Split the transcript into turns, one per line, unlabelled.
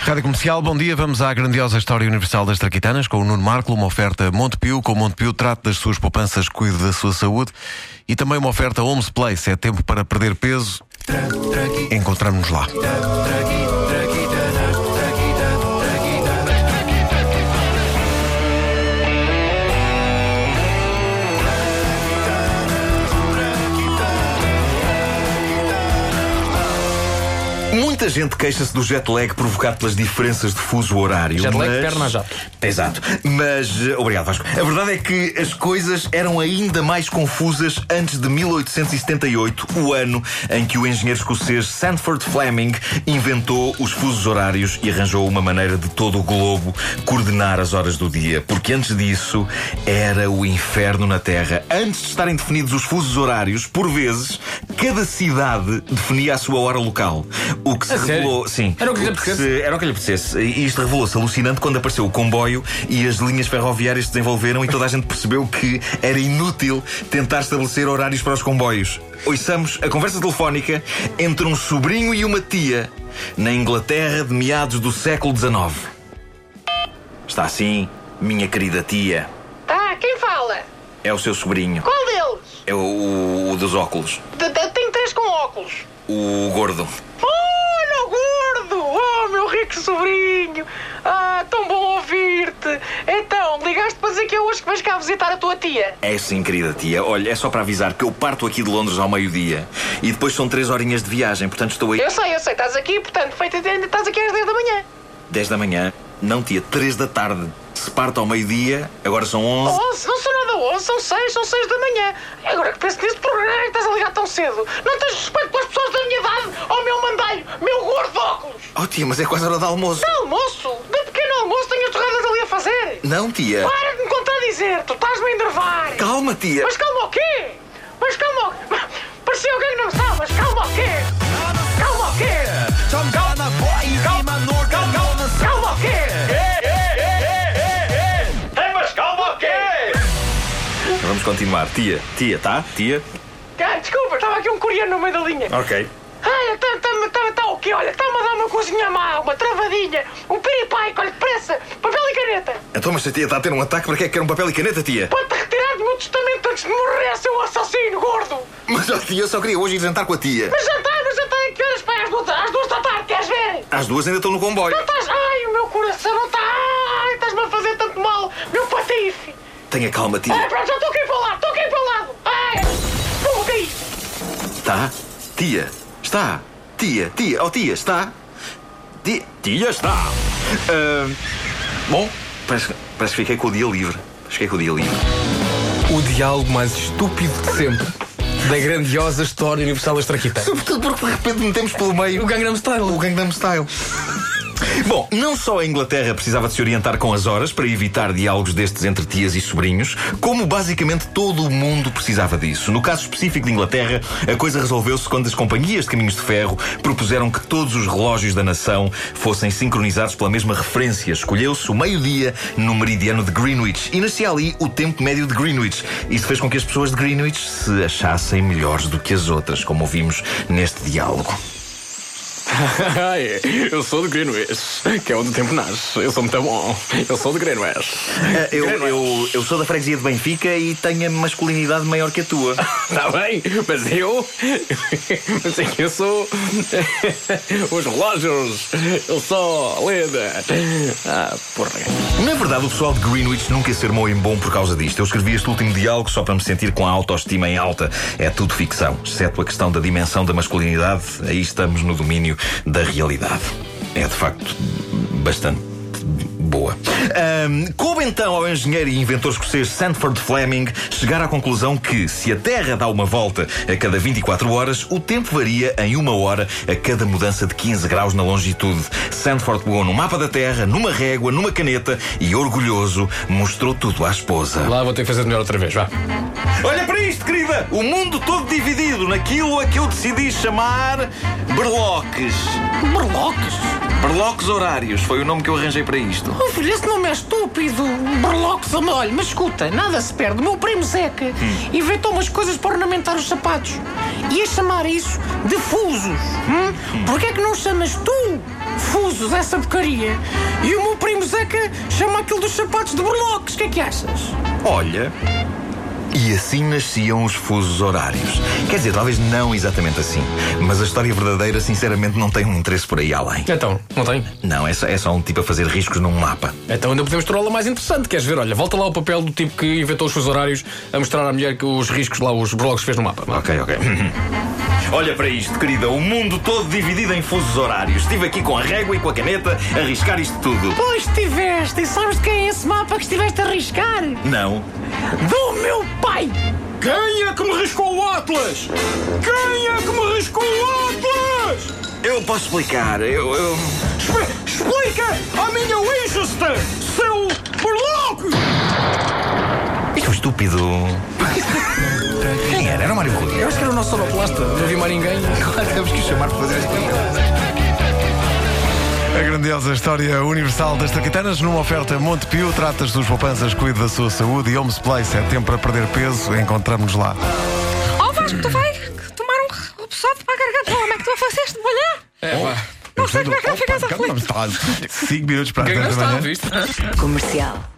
Rádio Comercial, bom dia. Vamos à grandiosa história universal das Traquitanas com o Nuno Marco, uma oferta Montepio. Com Montepio, trate das suas poupanças, cuide da sua saúde. E também uma oferta Homes Place. É tempo para perder peso. Encontramos-nos lá.
Muita gente queixa-se do jet lag provocado pelas diferenças de fuso horário.
Jet lag,
mas...
perna a jato.
Exato. Mas, eh, obrigado Vasco. A verdade é que as coisas eram ainda mais confusas antes de 1878, o ano em que o engenheiro escocês Sanford Fleming inventou os fusos horários e arranjou uma maneira de todo o globo coordenar as horas do dia. Porque antes disso era o inferno na Terra. Antes de estarem definidos os fusos horários, por vezes, cada cidade definia a sua hora local. O que se
A sério?
revelou. Sim.
Era o que lhe
se-
apetecesse.
Era o que lhe apetecesse. E isto revelou-se alucinante quando apareceu o comboio e as linhas ferroviárias se desenvolveram e toda a gente percebeu que era inútil tentar estabelecer horários para os comboios. Ouçamos a conversa telefónica entre um sobrinho e uma tia na Inglaterra de meados do século XIX. Está assim, minha querida tia.
Tá, quem fala?
É o seu sobrinho.
Qual deles?
É o, o dos óculos.
De- de- Tem três com óculos.
O gordo.
Olha o gordo! Oh, meu rico sobrinho! Ah, tão bom ouvir-te! Então, ligaste para dizer que é hoje que vais cá visitar a tua tia?
É sim, querida tia. Olha, é só para avisar que eu parto aqui de Londres ao meio-dia e depois são três horinhas de viagem, portanto estou aí
Eu sei, eu sei, estás aqui, portanto, feito, ainda estás aqui às 10 da manhã.
10 da manhã. Não, tia, 3 da tarde. Se parto ao meio-dia, agora são 11.
11, não são nada 11, são 6, são 6 da manhã. Agora que penso nisso, por que estás a ligar tão cedo? Não tens respeito pelas pessoas da minha idade? Oh, meu mandalho, meu gordo de óculos!
Oh, tia, mas é quase hora de almoço.
De almoço? De pequeno almoço, tenho as torradas ali a fazer!
Não, tia.
Para de me contradizer, tu estás-me a enervar!
Calma, tia.
Mas calma o quê? Mas calma o Parecia alguém que não sabe, mas calma o quê? Calma o quê? Calma o quê?
Vamos continuar. Tia, tia, tá? Tia.
Ah, desculpa, estava aqui um coreano no meio da linha.
Ok.
Ai, tá, está o quê? Olha, está-me a dar uma cozinha má, uma travadinha, um piripaico, olha, depressa, papel e caneta.
Então, mas se a tia está a ter um ataque, para que é que quer um papel e caneta, tia?
Pode-te retirar do meu testamento antes de morrer, seu assassino gordo.
Mas, oh, tia, eu só queria hoje ir jantar com a tia.
Mas já está, mas já tá está, que horas para às duas, às duas da tarde, queres ver?
Às duas ainda estou no comboio.
Não estás. Ai, o meu coração não está. Ai, estás-me a fazer tanto mal, meu patife.
Tenha calma,
Ai,
tia.
pronto, já estou aqui para o lado, estou aqui para o lado. Ai, como que é isto?
Tá? Tia, está. Tia, tia, oh, tia, está. Tia, tia está. Ahm, bom, parece, parece que fiquei com o dia livre. Fiquei com o dia livre.
O diálogo mais estúpido de sempre da grandiosa história universal das traquitanas.
Sobretudo porque de repente metemos pelo
O
meio
Gangnam Style.
o Gangnam Style. Bom, não só a Inglaterra precisava de se orientar com as horas para evitar diálogos destes entre tias e sobrinhos, como basicamente todo o mundo precisava disso. No caso específico de Inglaterra, a coisa resolveu-se quando as companhias de caminhos de ferro propuseram que todos os relógios da nação fossem sincronizados pela mesma referência. Escolheu-se o meio-dia no meridiano de Greenwich e nascia ali o tempo médio de Greenwich. Isso fez com que as pessoas de Greenwich se achassem melhores do que as outras, como ouvimos neste diálogo.
Ah, é. Eu sou de Greenwich, que é onde o tempo nasce. Eu sou muito bom. Eu sou de Greenwich.
Ah, Eu,
Greenwich.
eu, eu sou da freguesia de Benfica e tenho a masculinidade maior que a tua.
Está Tá bem, mas eu. Mas é que eu sou. Os relógios. Eu sou lenda. Ah, porra.
Na verdade, o pessoal de Greenwich nunca se armou em bom por causa disto. Eu escrevi este último diálogo só para me sentir com a autoestima em alta. É tudo ficção, exceto a questão da dimensão da masculinidade. Aí estamos no domínio da realidade. É de facto bastante Boa. Ahm, coube então ao engenheiro e inventor escocês Sanford Fleming chegar à conclusão que, se a Terra dá uma volta a cada 24 horas, o tempo varia em uma hora a cada mudança de 15 graus na longitude. Sanford pegou no mapa da Terra, numa régua, numa caneta e, orgulhoso, mostrou tudo à esposa.
Lá vou ter que fazer melhor outra vez, vá.
Olha para isto, querida! O mundo todo dividido naquilo a que eu decidi chamar Berloques.
Berloques?
Berloques horários foi o nome que eu arranjei para isto.
Oh, filho, esse nome é estúpido. Berloques, olha, mas escuta, nada se perde. O meu primo Zeca inventou umas coisas para ornamentar os sapatos. e a chamar isso de fusos. Hum? Porquê é que não chamas tu fusos essa porcaria? E o meu primo Zeca chama aquilo dos sapatos de burloques. O que é que achas?
Olha. E assim nasciam os fusos horários. Quer dizer, talvez não exatamente assim. Mas a história verdadeira, sinceramente, não tem um interesse por aí além.
Então, não tem?
Não, é só, é só um tipo a fazer riscos num mapa.
Então ainda podemos torná-la mais interessante, queres ver? Olha, volta lá o papel do tipo que inventou os seus horários a mostrar à mulher que os riscos lá, os blogs fez no mapa.
Ok, ok. Olha para isto, querida. O mundo todo dividido em fusos horários. Estive aqui com a régua e com a caneta a riscar isto tudo.
Pois tiveste, e sabes de quem é esse mapa que estiveste a riscar?
Não.
Do meu pai!
Quem é que me riscou o Atlas? Quem é que me riscou o Atlas?
Eu posso explicar. Eu. eu...
explica à minha Winchester, seu burloco!
Isto é um estúpido. Quem era? Era o Mário Rui.
Eu acho que era o nosso sonoplasta, não vi mais ninguém.
Temos que o chamar para fazer isto.
A grandiosa história universal das traquitanas numa oferta Montepio. Trata-se dos poupanças, cuide da sua saúde e Homes Place é tempo para perder peso. Encontramos-nos lá.
Ó Vasco, tu vai tomar um repousado para a garganta. Como é que tu a fazeste molhar?
É, vá.
Não sei como é que não ficas aflito.
Cinco minutos para a
Quem não
tarde da
está,
manhã.
viste?
Comercial.